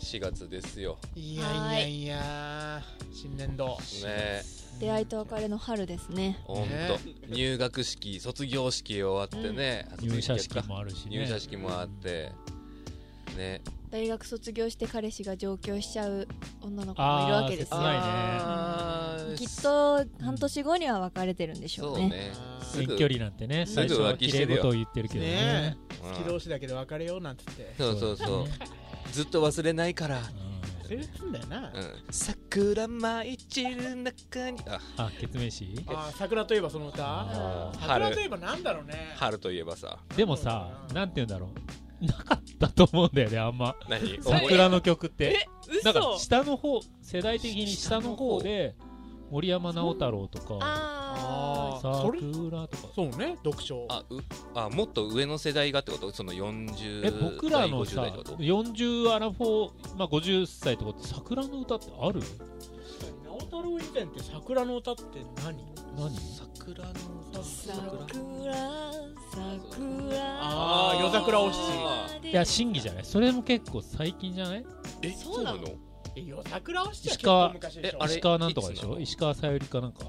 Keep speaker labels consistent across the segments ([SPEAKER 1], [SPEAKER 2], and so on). [SPEAKER 1] 4月ですよ
[SPEAKER 2] いやいやいや新年度
[SPEAKER 1] ね
[SPEAKER 3] 出会いと別れの春ですね
[SPEAKER 1] ほんと
[SPEAKER 2] ね
[SPEAKER 1] 入学式卒業式終わってね、初
[SPEAKER 4] 入
[SPEAKER 1] 入
[SPEAKER 4] 社
[SPEAKER 1] 学
[SPEAKER 4] 式
[SPEAKER 1] 式
[SPEAKER 4] もあるしね
[SPEAKER 1] 入社式もあってね
[SPEAKER 3] 大学卒業して彼氏が上京しちゃう女の子もいる
[SPEAKER 4] あ
[SPEAKER 3] わけ
[SPEAKER 4] ー
[SPEAKER 3] です
[SPEAKER 4] 切
[SPEAKER 3] よ
[SPEAKER 4] ないね
[SPEAKER 1] あー
[SPEAKER 3] きっと半年後には別れてるんでし
[SPEAKER 1] そう
[SPEAKER 3] ょ
[SPEAKER 1] う
[SPEAKER 3] ね
[SPEAKER 1] ねす
[SPEAKER 4] 遠
[SPEAKER 1] ぐ
[SPEAKER 4] 距離なんてね
[SPEAKER 3] すぐ
[SPEAKER 4] 最初は
[SPEAKER 1] 浮気
[SPEAKER 4] 綺
[SPEAKER 1] して
[SPEAKER 4] 麗
[SPEAKER 1] るよ
[SPEAKER 4] 事を言ってるけど
[SPEAKER 2] ね
[SPEAKER 4] ね
[SPEAKER 1] うん
[SPEAKER 2] え好き同士だけど別れようなんて言って
[SPEAKER 1] そうそうそうずっと忘れないから
[SPEAKER 4] うん
[SPEAKER 2] 成立すんだよな、
[SPEAKER 1] うん桜舞い散る中にあ
[SPEAKER 4] あケツメイシ
[SPEAKER 2] あー桜といえばその歌
[SPEAKER 1] あー
[SPEAKER 2] 桜とい
[SPEAKER 1] 春
[SPEAKER 2] えばなんだろうね
[SPEAKER 1] 春といえばさ
[SPEAKER 4] でもさなんて言うんだろうなかったと思うんだよねあんま
[SPEAKER 1] 何
[SPEAKER 4] 桜の曲ってなんか
[SPEAKER 5] 嘘
[SPEAKER 4] 下の方世代的に下の方で森山直太朗とか
[SPEAKER 3] あ
[SPEAKER 2] あーそれ
[SPEAKER 4] 桜とか
[SPEAKER 2] そうね読書
[SPEAKER 1] あうあもっと上の世代がってことその40
[SPEAKER 4] え僕らの
[SPEAKER 1] 代
[SPEAKER 4] さ
[SPEAKER 1] 50代ってこと
[SPEAKER 4] 40アラフォー、まあ、50歳とかって桜の歌ってある
[SPEAKER 2] 直太朗以前って桜の歌って何
[SPEAKER 4] 何
[SPEAKER 1] 桜の歌
[SPEAKER 3] 桜
[SPEAKER 1] 桜
[SPEAKER 3] 桜
[SPEAKER 2] あー夜桜お七
[SPEAKER 4] いや真偽じゃないそれも結構最近じゃない
[SPEAKER 1] え
[SPEAKER 3] そうなの
[SPEAKER 2] えよ桜をして
[SPEAKER 4] 石川
[SPEAKER 2] 昔でし
[SPEAKER 1] え
[SPEAKER 2] ょ
[SPEAKER 1] あれ
[SPEAKER 4] 石川なんとかでし
[SPEAKER 1] いつな
[SPEAKER 4] ょ
[SPEAKER 1] の
[SPEAKER 4] 石川さゆりかなんか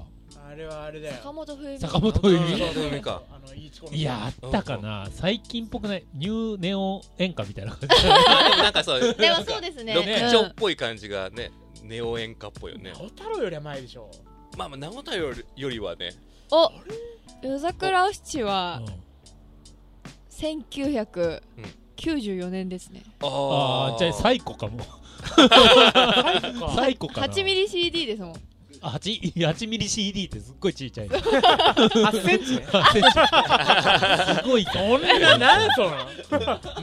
[SPEAKER 2] あれはあれだよ
[SPEAKER 3] 坂本冬美
[SPEAKER 4] 坂本冬
[SPEAKER 1] そう
[SPEAKER 4] 美
[SPEAKER 1] 坂本冬美か
[SPEAKER 2] あのいいチコの
[SPEAKER 4] いやあったかな最近っぽくないニューネオ演歌みたいな感じ
[SPEAKER 1] あでもなんかそう
[SPEAKER 3] でもそうですね
[SPEAKER 1] ロック調っ
[SPEAKER 3] うん
[SPEAKER 1] ぽい感じがねネオ演歌っぽいよね
[SPEAKER 2] 直太朗よりは前でしょ
[SPEAKER 1] まあまあ直太よりよりはね
[SPEAKER 3] お夜桜お七は
[SPEAKER 4] うん
[SPEAKER 3] 1994年ですね
[SPEAKER 1] あ
[SPEAKER 4] ああじゃあ最古かも
[SPEAKER 2] 最後か
[SPEAKER 4] 最古かな
[SPEAKER 3] 8ミリ CD ですもん
[SPEAKER 4] あ 8, 8ミリ CD ってすっごいちいちゃ いの
[SPEAKER 2] 8センチね
[SPEAKER 4] すごいか
[SPEAKER 2] そんな何その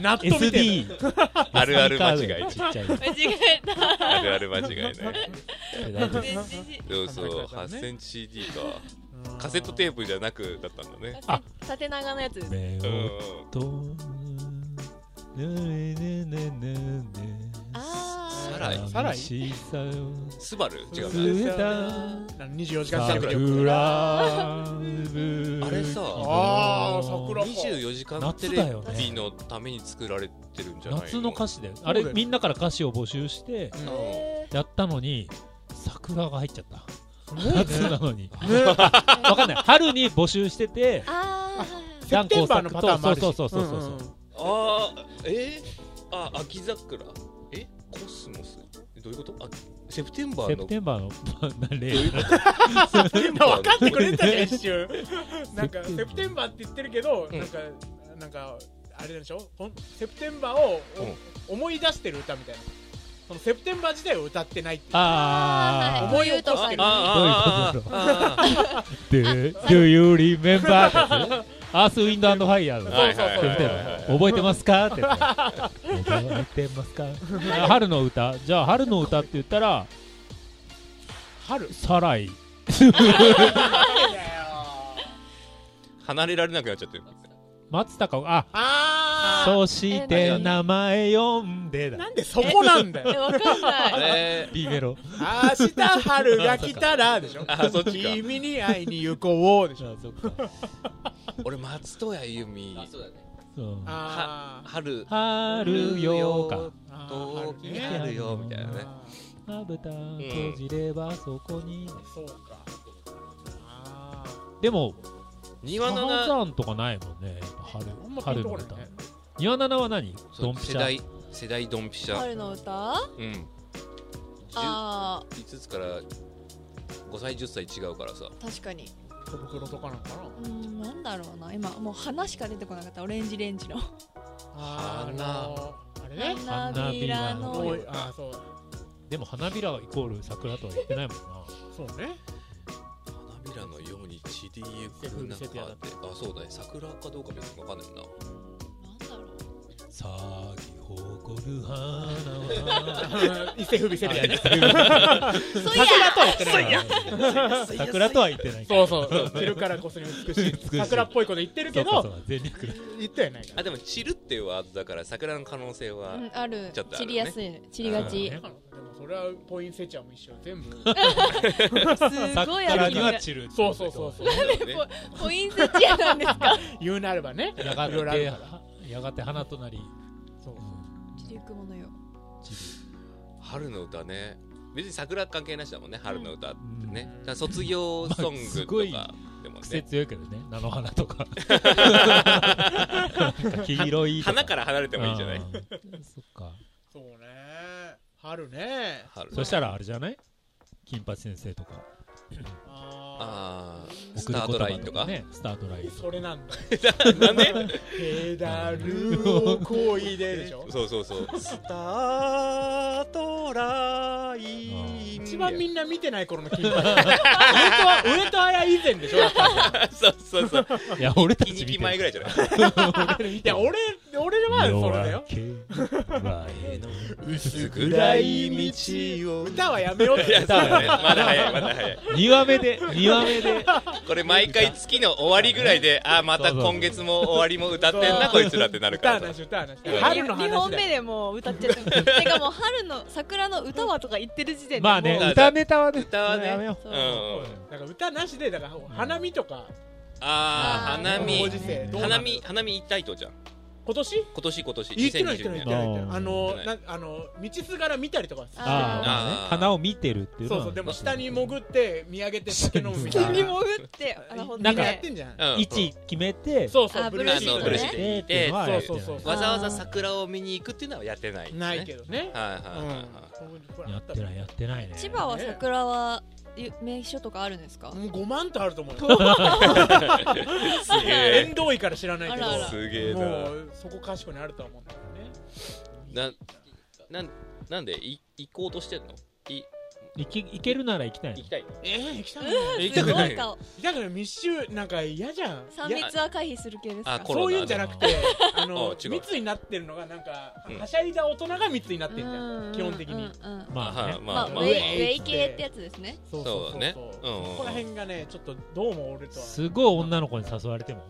[SPEAKER 2] 納豆みたい
[SPEAKER 4] SD
[SPEAKER 1] あるある間違い
[SPEAKER 4] ちっちゃい
[SPEAKER 3] 間違えた
[SPEAKER 1] あるある間違い ない
[SPEAKER 4] ペダル
[SPEAKER 1] そうそう
[SPEAKER 2] 考え方ね
[SPEAKER 1] 8センチ CD か
[SPEAKER 2] な
[SPEAKER 1] カセットテープじゃなくだったんだね
[SPEAKER 4] あ
[SPEAKER 3] 縦長のやつです
[SPEAKER 4] 目
[SPEAKER 1] うん
[SPEAKER 4] をとねねねねね
[SPEAKER 3] あ
[SPEAKER 1] さらい
[SPEAKER 2] さらい
[SPEAKER 4] 寂しさを
[SPEAKER 1] スバル違う
[SPEAKER 2] ス
[SPEAKER 1] な
[SPEAKER 4] 連れた
[SPEAKER 2] あの24時間テレビでよく
[SPEAKER 4] 桜
[SPEAKER 1] あれさ
[SPEAKER 2] ああ桜
[SPEAKER 1] 24時間テ
[SPEAKER 4] 夏だ
[SPEAKER 1] レ
[SPEAKER 4] よね
[SPEAKER 1] ビのために作られてるんじゃないの
[SPEAKER 4] 夏の歌詞だよあ
[SPEAKER 2] そうだ
[SPEAKER 4] れ
[SPEAKER 2] よ
[SPEAKER 4] みんなから歌詞を募集して
[SPEAKER 2] うん
[SPEAKER 4] やったのに桜が入っちゃった
[SPEAKER 2] すごいね
[SPEAKER 4] 夏なのに
[SPEAKER 2] ね
[SPEAKER 4] わかんない春に募集してて
[SPEAKER 3] あ
[SPEAKER 2] セプテンバーのパターンもあるし
[SPEAKER 4] そうそうそうそうそうん
[SPEAKER 2] んん
[SPEAKER 1] ああえー、あ秋桜えコスモスえどういうことあセプテンバー
[SPEAKER 4] セ
[SPEAKER 1] の
[SPEAKER 4] プテンバーの
[SPEAKER 1] どういう
[SPEAKER 4] 例
[SPEAKER 1] こと
[SPEAKER 2] セプテンバー分かってくれてたじゃん一瞬なんか
[SPEAKER 4] セプテン
[SPEAKER 2] セプテンバー
[SPEAKER 4] バー
[SPEAKER 2] って言ってるけど
[SPEAKER 1] うん
[SPEAKER 2] なんかなんかあれなんでしょほんセプテンバーを
[SPEAKER 1] うん
[SPEAKER 2] お思い出してる歌みたいなそのセプテンバー自体を歌ってないっていう
[SPEAKER 4] あ
[SPEAKER 3] あ
[SPEAKER 4] あ
[SPEAKER 2] 思い起こしてる
[SPEAKER 1] あ
[SPEAKER 4] どういうこと
[SPEAKER 1] ああああ
[SPEAKER 4] Do do you remember? アースウィンドアンドファイヤーの
[SPEAKER 1] は
[SPEAKER 4] セ
[SPEAKER 1] いはいはい
[SPEAKER 4] プテンバー覚えてます かってやつ覚えてますかあ 春の歌じゃあ春の歌って言ったら
[SPEAKER 2] 春
[SPEAKER 4] サライ
[SPEAKER 1] 離れられなくなっちゃってる
[SPEAKER 4] 松たか子あ
[SPEAKER 2] あー
[SPEAKER 4] そして名前呼んでだ
[SPEAKER 2] なんでそこなんだ
[SPEAKER 3] あ
[SPEAKER 2] よ
[SPEAKER 3] わかんない
[SPEAKER 1] えー
[SPEAKER 4] B メロ
[SPEAKER 2] 明日春が来たらでしょ
[SPEAKER 1] あそっちか
[SPEAKER 2] 君に会いに行こうでしょ
[SPEAKER 4] あそっ か
[SPEAKER 1] 俺松任谷由実
[SPEAKER 4] うん
[SPEAKER 2] あー
[SPEAKER 1] 春
[SPEAKER 4] 春よか
[SPEAKER 2] あー
[SPEAKER 1] 遠
[SPEAKER 2] 春
[SPEAKER 1] き
[SPEAKER 2] ね
[SPEAKER 1] 春よみたいなね
[SPEAKER 2] あ
[SPEAKER 4] まぶた閉じればそこに
[SPEAKER 2] ーそうかあ
[SPEAKER 4] でも
[SPEAKER 1] 庭
[SPEAKER 4] サ
[SPEAKER 1] の
[SPEAKER 4] ハ
[SPEAKER 1] な
[SPEAKER 4] ザンとかないもんね春
[SPEAKER 2] ーあんまピン
[SPEAKER 4] 春
[SPEAKER 2] と
[SPEAKER 4] の
[SPEAKER 2] こない
[SPEAKER 4] 歌
[SPEAKER 2] ね
[SPEAKER 4] 岩七は何
[SPEAKER 1] そう
[SPEAKER 4] ドンピシ
[SPEAKER 1] 世
[SPEAKER 4] ャ
[SPEAKER 1] 代世代ドンピシャ
[SPEAKER 3] 春の歌
[SPEAKER 1] うん
[SPEAKER 3] あ
[SPEAKER 1] 5つから5歳10歳違うからさ
[SPEAKER 3] ー確かに
[SPEAKER 2] 小袋とかなのかな
[SPEAKER 3] うんなんだろうな今もう花しか出てこなかったオレンジレンジの
[SPEAKER 2] あー
[SPEAKER 1] 花
[SPEAKER 2] あのーあれね
[SPEAKER 3] 花びら
[SPEAKER 4] 花
[SPEAKER 3] の
[SPEAKER 4] び
[SPEAKER 2] お
[SPEAKER 4] ら
[SPEAKER 2] いあーそう
[SPEAKER 4] でも花びらイコール桜とは言ってないもんな
[SPEAKER 2] そうね
[SPEAKER 1] 花びらのように散りゆく中であそうだね桜かどうか別に分かんないもんな
[SPEAKER 3] なんだろう
[SPEAKER 4] 咲き誇る花は
[SPEAKER 2] 伊勢文セ
[SPEAKER 4] あ
[SPEAKER 2] み
[SPEAKER 4] い
[SPEAKER 2] た
[SPEAKER 4] や
[SPEAKER 2] い
[SPEAKER 4] い
[SPEAKER 2] な
[SPEAKER 4] や
[SPEAKER 3] そういや
[SPEAKER 2] 桜とは言ってない
[SPEAKER 4] あ桜とは言ってない
[SPEAKER 2] そうそう散るからこそに美し
[SPEAKER 4] 美し
[SPEAKER 2] い
[SPEAKER 4] い
[SPEAKER 2] 桜っぽいこと言ってる
[SPEAKER 4] そ
[SPEAKER 2] け
[SPEAKER 4] うかそう
[SPEAKER 2] ど
[SPEAKER 4] か全力だ
[SPEAKER 2] 言ってはないか
[SPEAKER 1] あでも散るっていうワードだから桜の可能性は、
[SPEAKER 3] うんある
[SPEAKER 1] ちょっとあるね
[SPEAKER 3] 散りやすい散りがち
[SPEAKER 4] う
[SPEAKER 2] らでもそれはポインセチアも一緒全部
[SPEAKER 3] すごい
[SPEAKER 4] 桜
[SPEAKER 3] 秋
[SPEAKER 4] に
[SPEAKER 3] が
[SPEAKER 4] は散る
[SPEAKER 2] そうそうそうそう
[SPEAKER 1] なんだろうね
[SPEAKER 3] ポインセチアなんですか
[SPEAKER 2] 言うなればね
[SPEAKER 4] やが
[SPEAKER 2] いろいろある
[SPEAKER 4] てやがて花となり
[SPEAKER 2] そう
[SPEAKER 3] 散りゆくものよ
[SPEAKER 1] 春の歌ね別に桜関係なしだもんね春の歌ってね、
[SPEAKER 2] うん
[SPEAKER 1] だから卒業ソン
[SPEAKER 4] まあ
[SPEAKER 1] グ
[SPEAKER 4] す
[SPEAKER 1] と
[SPEAKER 4] ごい
[SPEAKER 1] かでも
[SPEAKER 4] 癖
[SPEAKER 1] ね
[SPEAKER 4] 強いけどね菜の花とかなんか黄色いと
[SPEAKER 1] 花から離れてもいいんじゃない
[SPEAKER 4] あーそっか
[SPEAKER 2] そうね春ね
[SPEAKER 1] 春
[SPEAKER 4] そしたらあれじゃない金八先生とか
[SPEAKER 1] あ
[SPEAKER 2] あ
[SPEAKER 4] 「
[SPEAKER 1] あスタートラインとか
[SPEAKER 4] ねスタートライン
[SPEAKER 2] ーそれなんだ
[SPEAKER 1] なんで
[SPEAKER 2] ペダルをこいででしょ
[SPEAKER 1] そうそうそうスタートライン
[SPEAKER 2] 一番みんな見てない頃の金髪上と上と綾以前でしょやっぱ
[SPEAKER 1] なそうそうそう
[SPEAKER 4] いや俺た
[SPEAKER 1] 気に
[SPEAKER 4] ち見
[SPEAKER 1] 気
[SPEAKER 4] て
[SPEAKER 1] 前ぐ
[SPEAKER 4] らい
[SPEAKER 1] らいじゃない
[SPEAKER 2] いや俺俺はそれだよ
[SPEAKER 1] 薄
[SPEAKER 2] 暗い
[SPEAKER 1] 道を
[SPEAKER 2] 歌はやめようっ
[SPEAKER 1] いやそ
[SPEAKER 2] て
[SPEAKER 1] うだねまだ早いまだ早い
[SPEAKER 4] 2話目で2話目で
[SPEAKER 1] これ毎回月の終わりぐらいでああまた今月も終わりも歌ってんなこいつらってなるから
[SPEAKER 2] 歌は
[SPEAKER 1] さ
[SPEAKER 2] なし歌はなし
[SPEAKER 1] うん
[SPEAKER 2] 春の
[SPEAKER 5] 2本
[SPEAKER 2] 話だ
[SPEAKER 5] 目
[SPEAKER 2] よ
[SPEAKER 5] でもう歌っちゃってるてかもう春の桜の歌はとか言ってる時点で
[SPEAKER 4] まあ
[SPEAKER 5] も
[SPEAKER 4] ね
[SPEAKER 5] う
[SPEAKER 4] 歌ネタはね
[SPEAKER 1] 歌はね
[SPEAKER 4] やめよ
[SPEAKER 5] そううん
[SPEAKER 2] なんか歌なしでだから花見とか
[SPEAKER 1] ああ
[SPEAKER 5] あー
[SPEAKER 1] 花見
[SPEAKER 2] ご時世どうなの
[SPEAKER 1] 花見花見一体とじゃん
[SPEAKER 2] 今年
[SPEAKER 1] 今年今年
[SPEAKER 2] 言ってない言って
[SPEAKER 1] 2022
[SPEAKER 2] ない言っ
[SPEAKER 1] 年
[SPEAKER 2] てない言ってない
[SPEAKER 4] あー
[SPEAKER 2] あのなあの道すがら見たりとか
[SPEAKER 4] う
[SPEAKER 5] あ
[SPEAKER 4] あ
[SPEAKER 5] ー
[SPEAKER 4] ーまあね
[SPEAKER 1] あー
[SPEAKER 4] 花を見てるっていうの
[SPEAKER 2] そう
[SPEAKER 4] は
[SPEAKER 2] そうでも下に潜って見上げて酒飲むみたい
[SPEAKER 5] 急
[SPEAKER 2] な
[SPEAKER 5] に潜ってあの本当
[SPEAKER 4] なん
[SPEAKER 5] に
[SPEAKER 4] か
[SPEAKER 2] やっ
[SPEAKER 5] ね
[SPEAKER 2] てんじゃん
[SPEAKER 1] うん
[SPEAKER 4] 位置決めて
[SPEAKER 2] そうそう
[SPEAKER 5] あ
[SPEAKER 2] ブルーシー
[SPEAKER 1] あ
[SPEAKER 2] ト
[SPEAKER 1] のブ
[SPEAKER 2] で
[SPEAKER 1] ル
[SPEAKER 2] ね
[SPEAKER 1] ーシート
[SPEAKER 4] でっていうのはやってない
[SPEAKER 2] そうそう
[SPEAKER 1] わざわざ桜を見に行くっていうのはやってないですね
[SPEAKER 2] ないけどね
[SPEAKER 1] はいはいはいはい
[SPEAKER 2] うん
[SPEAKER 4] やってないやってないね
[SPEAKER 3] 千葉は桜はゆ名所とかあるんですか
[SPEAKER 2] もう5万とあると思うよ
[SPEAKER 1] すげ
[SPEAKER 2] 遠
[SPEAKER 1] え
[SPEAKER 2] 藤医から知らないけど
[SPEAKER 3] あらあら
[SPEAKER 1] すげえ
[SPEAKER 2] も
[SPEAKER 1] な
[SPEAKER 2] うそこかしこにあるとは思うんだけどね
[SPEAKER 1] ななんなんでい行こうとしてんのい
[SPEAKER 4] 行き行けるなら行きたい
[SPEAKER 1] 行きたい
[SPEAKER 2] ええ行きたく
[SPEAKER 1] え
[SPEAKER 2] ない
[SPEAKER 1] 行きたく
[SPEAKER 3] す
[SPEAKER 1] な
[SPEAKER 3] ご
[SPEAKER 1] い
[SPEAKER 3] い顔
[SPEAKER 2] だから密集なんか嫌じゃん
[SPEAKER 3] 三
[SPEAKER 2] いや
[SPEAKER 3] 密は回避する系です
[SPEAKER 1] あ
[SPEAKER 3] か
[SPEAKER 1] コロ
[SPEAKER 2] そ
[SPEAKER 1] ナ
[SPEAKER 2] うい
[SPEAKER 1] で
[SPEAKER 2] うんじゃな くてあの
[SPEAKER 1] あ違う
[SPEAKER 2] 密になってるのがなんか
[SPEAKER 1] うん
[SPEAKER 2] はしゃいだ大人が密になってんじ
[SPEAKER 3] うんうんう
[SPEAKER 2] ゃ
[SPEAKER 3] んうんん
[SPEAKER 2] 基本的に
[SPEAKER 3] ま
[SPEAKER 4] まあ
[SPEAKER 1] は
[SPEAKER 4] ね
[SPEAKER 1] い
[SPEAKER 3] あ
[SPEAKER 1] まあ
[SPEAKER 3] ウ
[SPEAKER 1] ま
[SPEAKER 2] あ
[SPEAKER 1] あ
[SPEAKER 3] ェイウェイ
[SPEAKER 2] まあ
[SPEAKER 3] 系ってやつですね
[SPEAKER 2] そう
[SPEAKER 1] そうだね
[SPEAKER 2] そう
[SPEAKER 1] うんうんうん
[SPEAKER 2] そこら辺がねちょっとどうも俺とはす
[SPEAKER 4] すごい女の子に誘われても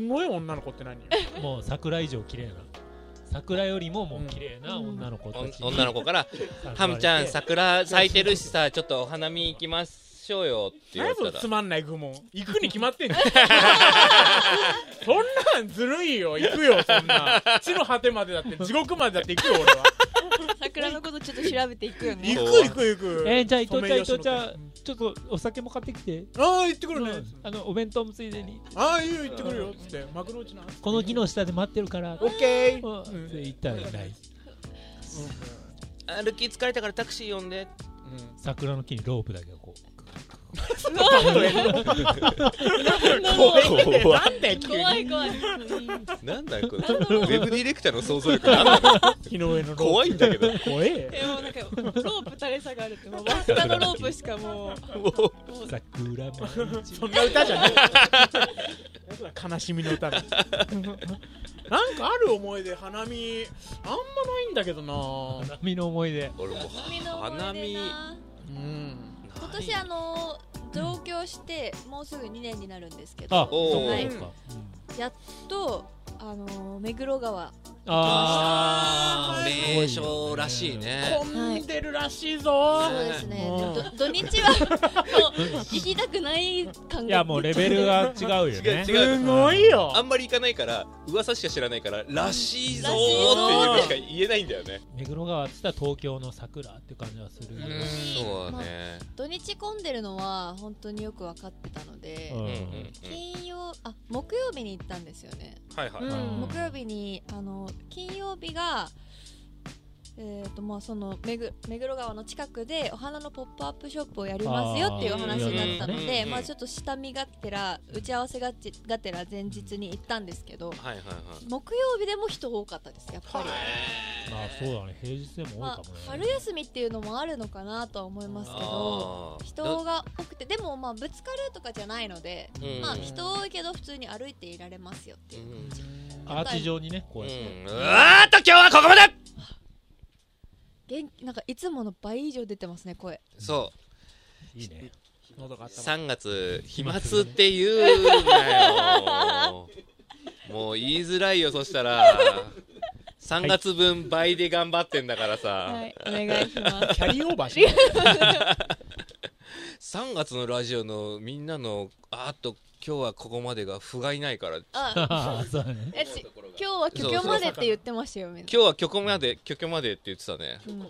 [SPEAKER 2] んごい女の子って何よ
[SPEAKER 4] もう桜以上綺麗な桜よりももう綺麗な女の子
[SPEAKER 1] お
[SPEAKER 4] た
[SPEAKER 1] ん
[SPEAKER 4] ち
[SPEAKER 1] 女の子 から「ハムちゃん桜咲いてるしさちょっとお花見行きましょうよ」って言わ
[SPEAKER 2] 何
[SPEAKER 1] れ
[SPEAKER 2] その
[SPEAKER 1] た
[SPEAKER 2] つ
[SPEAKER 1] ら
[SPEAKER 2] まんない愚問行くに決まってん じゃんそんなんずるいよ行くよそんな地の果てまでだって地獄までだって行くよ俺は
[SPEAKER 3] 桜のことちょっと調べていくよね
[SPEAKER 2] 行く行く行く
[SPEAKER 4] えーじゃあ伊藤
[SPEAKER 2] ソメ
[SPEAKER 4] ちゃ
[SPEAKER 2] イ
[SPEAKER 4] ん
[SPEAKER 2] ヨ
[SPEAKER 4] 伊
[SPEAKER 2] シノカ
[SPEAKER 4] 藤ちゃんちょっとお酒も買ってきて
[SPEAKER 2] ああ行ってくるね
[SPEAKER 4] うんあのお弁当もついでに
[SPEAKER 2] ああいいよ行ってくるよつって幕の内な
[SPEAKER 4] この木の下で待ってるから
[SPEAKER 2] オッケー
[SPEAKER 4] う
[SPEAKER 2] う
[SPEAKER 4] ん
[SPEAKER 2] ん
[SPEAKER 4] って言ったらいない
[SPEAKER 1] 「あルッキー疲れたからタクシー呼んで
[SPEAKER 4] 桜の木にロープだけこう
[SPEAKER 5] 怖い
[SPEAKER 2] 怖いねなんで急に
[SPEAKER 5] 怖い」
[SPEAKER 1] なんだよ これウェブディレクターの想像力なんだ
[SPEAKER 2] 木の上のロープ
[SPEAKER 1] 怖いんだけ ど
[SPEAKER 2] 怖え
[SPEAKER 5] えもうなんかロープ垂れ下がるってもう真下のロープしかもうもう
[SPEAKER 4] 桜も
[SPEAKER 2] そんな歌じゃ ない悲しみの歌 だなんかある思い出花見あんまないんだけどな
[SPEAKER 4] 花見の思い出
[SPEAKER 1] 俺もう
[SPEAKER 3] 花見の
[SPEAKER 1] 花
[SPEAKER 3] 思い
[SPEAKER 1] 見
[SPEAKER 3] 出な
[SPEAKER 2] うん
[SPEAKER 3] 今年あの上京してもうすぐ2年になるんですけ
[SPEAKER 4] あ
[SPEAKER 3] ど
[SPEAKER 1] おー
[SPEAKER 4] そうか
[SPEAKER 3] はい
[SPEAKER 4] そうかうん
[SPEAKER 3] とあの目黒川
[SPEAKER 4] あー
[SPEAKER 1] 名所らしいね
[SPEAKER 2] 混んでるらしいぞ
[SPEAKER 3] そうですね
[SPEAKER 2] うん
[SPEAKER 3] ちょっと土日はもう行きたくない感
[SPEAKER 4] い
[SPEAKER 3] が
[SPEAKER 4] やもうレベルが違うよ
[SPEAKER 1] 違 う
[SPEAKER 4] ね
[SPEAKER 1] 違う
[SPEAKER 2] すごいよ
[SPEAKER 1] あんまり行かないから噂しか知らないから「らしいぞ」
[SPEAKER 3] ら
[SPEAKER 1] っ
[SPEAKER 3] していぞ
[SPEAKER 1] いう
[SPEAKER 3] ー
[SPEAKER 1] のしか言えないんだよね
[SPEAKER 4] 目黒川って言ったら東京の桜って感じはするよね
[SPEAKER 1] そうだね
[SPEAKER 3] 土日混んでるのは本当によく分かってたので
[SPEAKER 4] う
[SPEAKER 1] うんうん
[SPEAKER 4] ん
[SPEAKER 3] 金曜あ木曜日に行ったんですよね
[SPEAKER 1] はいは
[SPEAKER 5] う
[SPEAKER 1] い
[SPEAKER 5] ん
[SPEAKER 3] 木曜日にあの金曜日がえーとまあ、その目ぐ目黒川の近くでお花のポップアップショップをやりますよっていうお話になったの
[SPEAKER 1] あーいい
[SPEAKER 3] で
[SPEAKER 1] よね
[SPEAKER 3] まあ、ちょっと下見がてら打ち合わせがちがてら前日に行ったんですけど
[SPEAKER 1] はいはいはい
[SPEAKER 3] 木曜日でも人多かったですやっぱり、
[SPEAKER 4] まあそうだね平日でも多い
[SPEAKER 3] ま
[SPEAKER 4] かもね
[SPEAKER 3] あ、春休みっていうのもあるのかなとは思いますけど
[SPEAKER 1] あー
[SPEAKER 3] 人が多くてでもまあぶつかるとかじゃないので、
[SPEAKER 1] うん
[SPEAKER 3] まあ人多いけど普通に歩いていられますよって
[SPEAKER 1] う
[SPEAKER 3] いう、
[SPEAKER 1] ん
[SPEAKER 4] アーチ状にねこうやって
[SPEAKER 1] うんうわーっと今日はここまで
[SPEAKER 3] 元気なんかいつもの倍以上出てますね声
[SPEAKER 1] そう
[SPEAKER 4] いいね
[SPEAKER 2] 喉が温まる
[SPEAKER 1] 3月飛沫って言うなよもう言いづらいよそしたら3月分倍で頑張ってんだからさ、
[SPEAKER 5] はいお願いします
[SPEAKER 2] キャリーオーバーしない
[SPEAKER 1] 3月のラジオのみんなのあーっと今日はここまでが不甲斐ないから
[SPEAKER 3] あ
[SPEAKER 4] ああそうだね
[SPEAKER 3] えち今日は虚虚までって言ってましたよみんな
[SPEAKER 1] 今日は虚虚まで虚虚までって言ってたね
[SPEAKER 3] うん
[SPEAKER 1] 今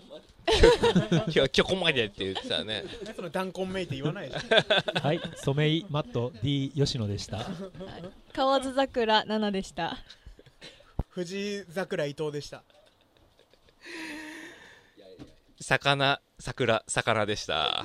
[SPEAKER 1] 日は虚虚までって言ってたね
[SPEAKER 2] その弾痕めいて言わないでしょ
[SPEAKER 4] はい、ソメイマット D 吉野でした。
[SPEAKER 3] 河津桜奈々でした
[SPEAKER 2] 藤井桜伊藤でした
[SPEAKER 1] 魚桜魚でした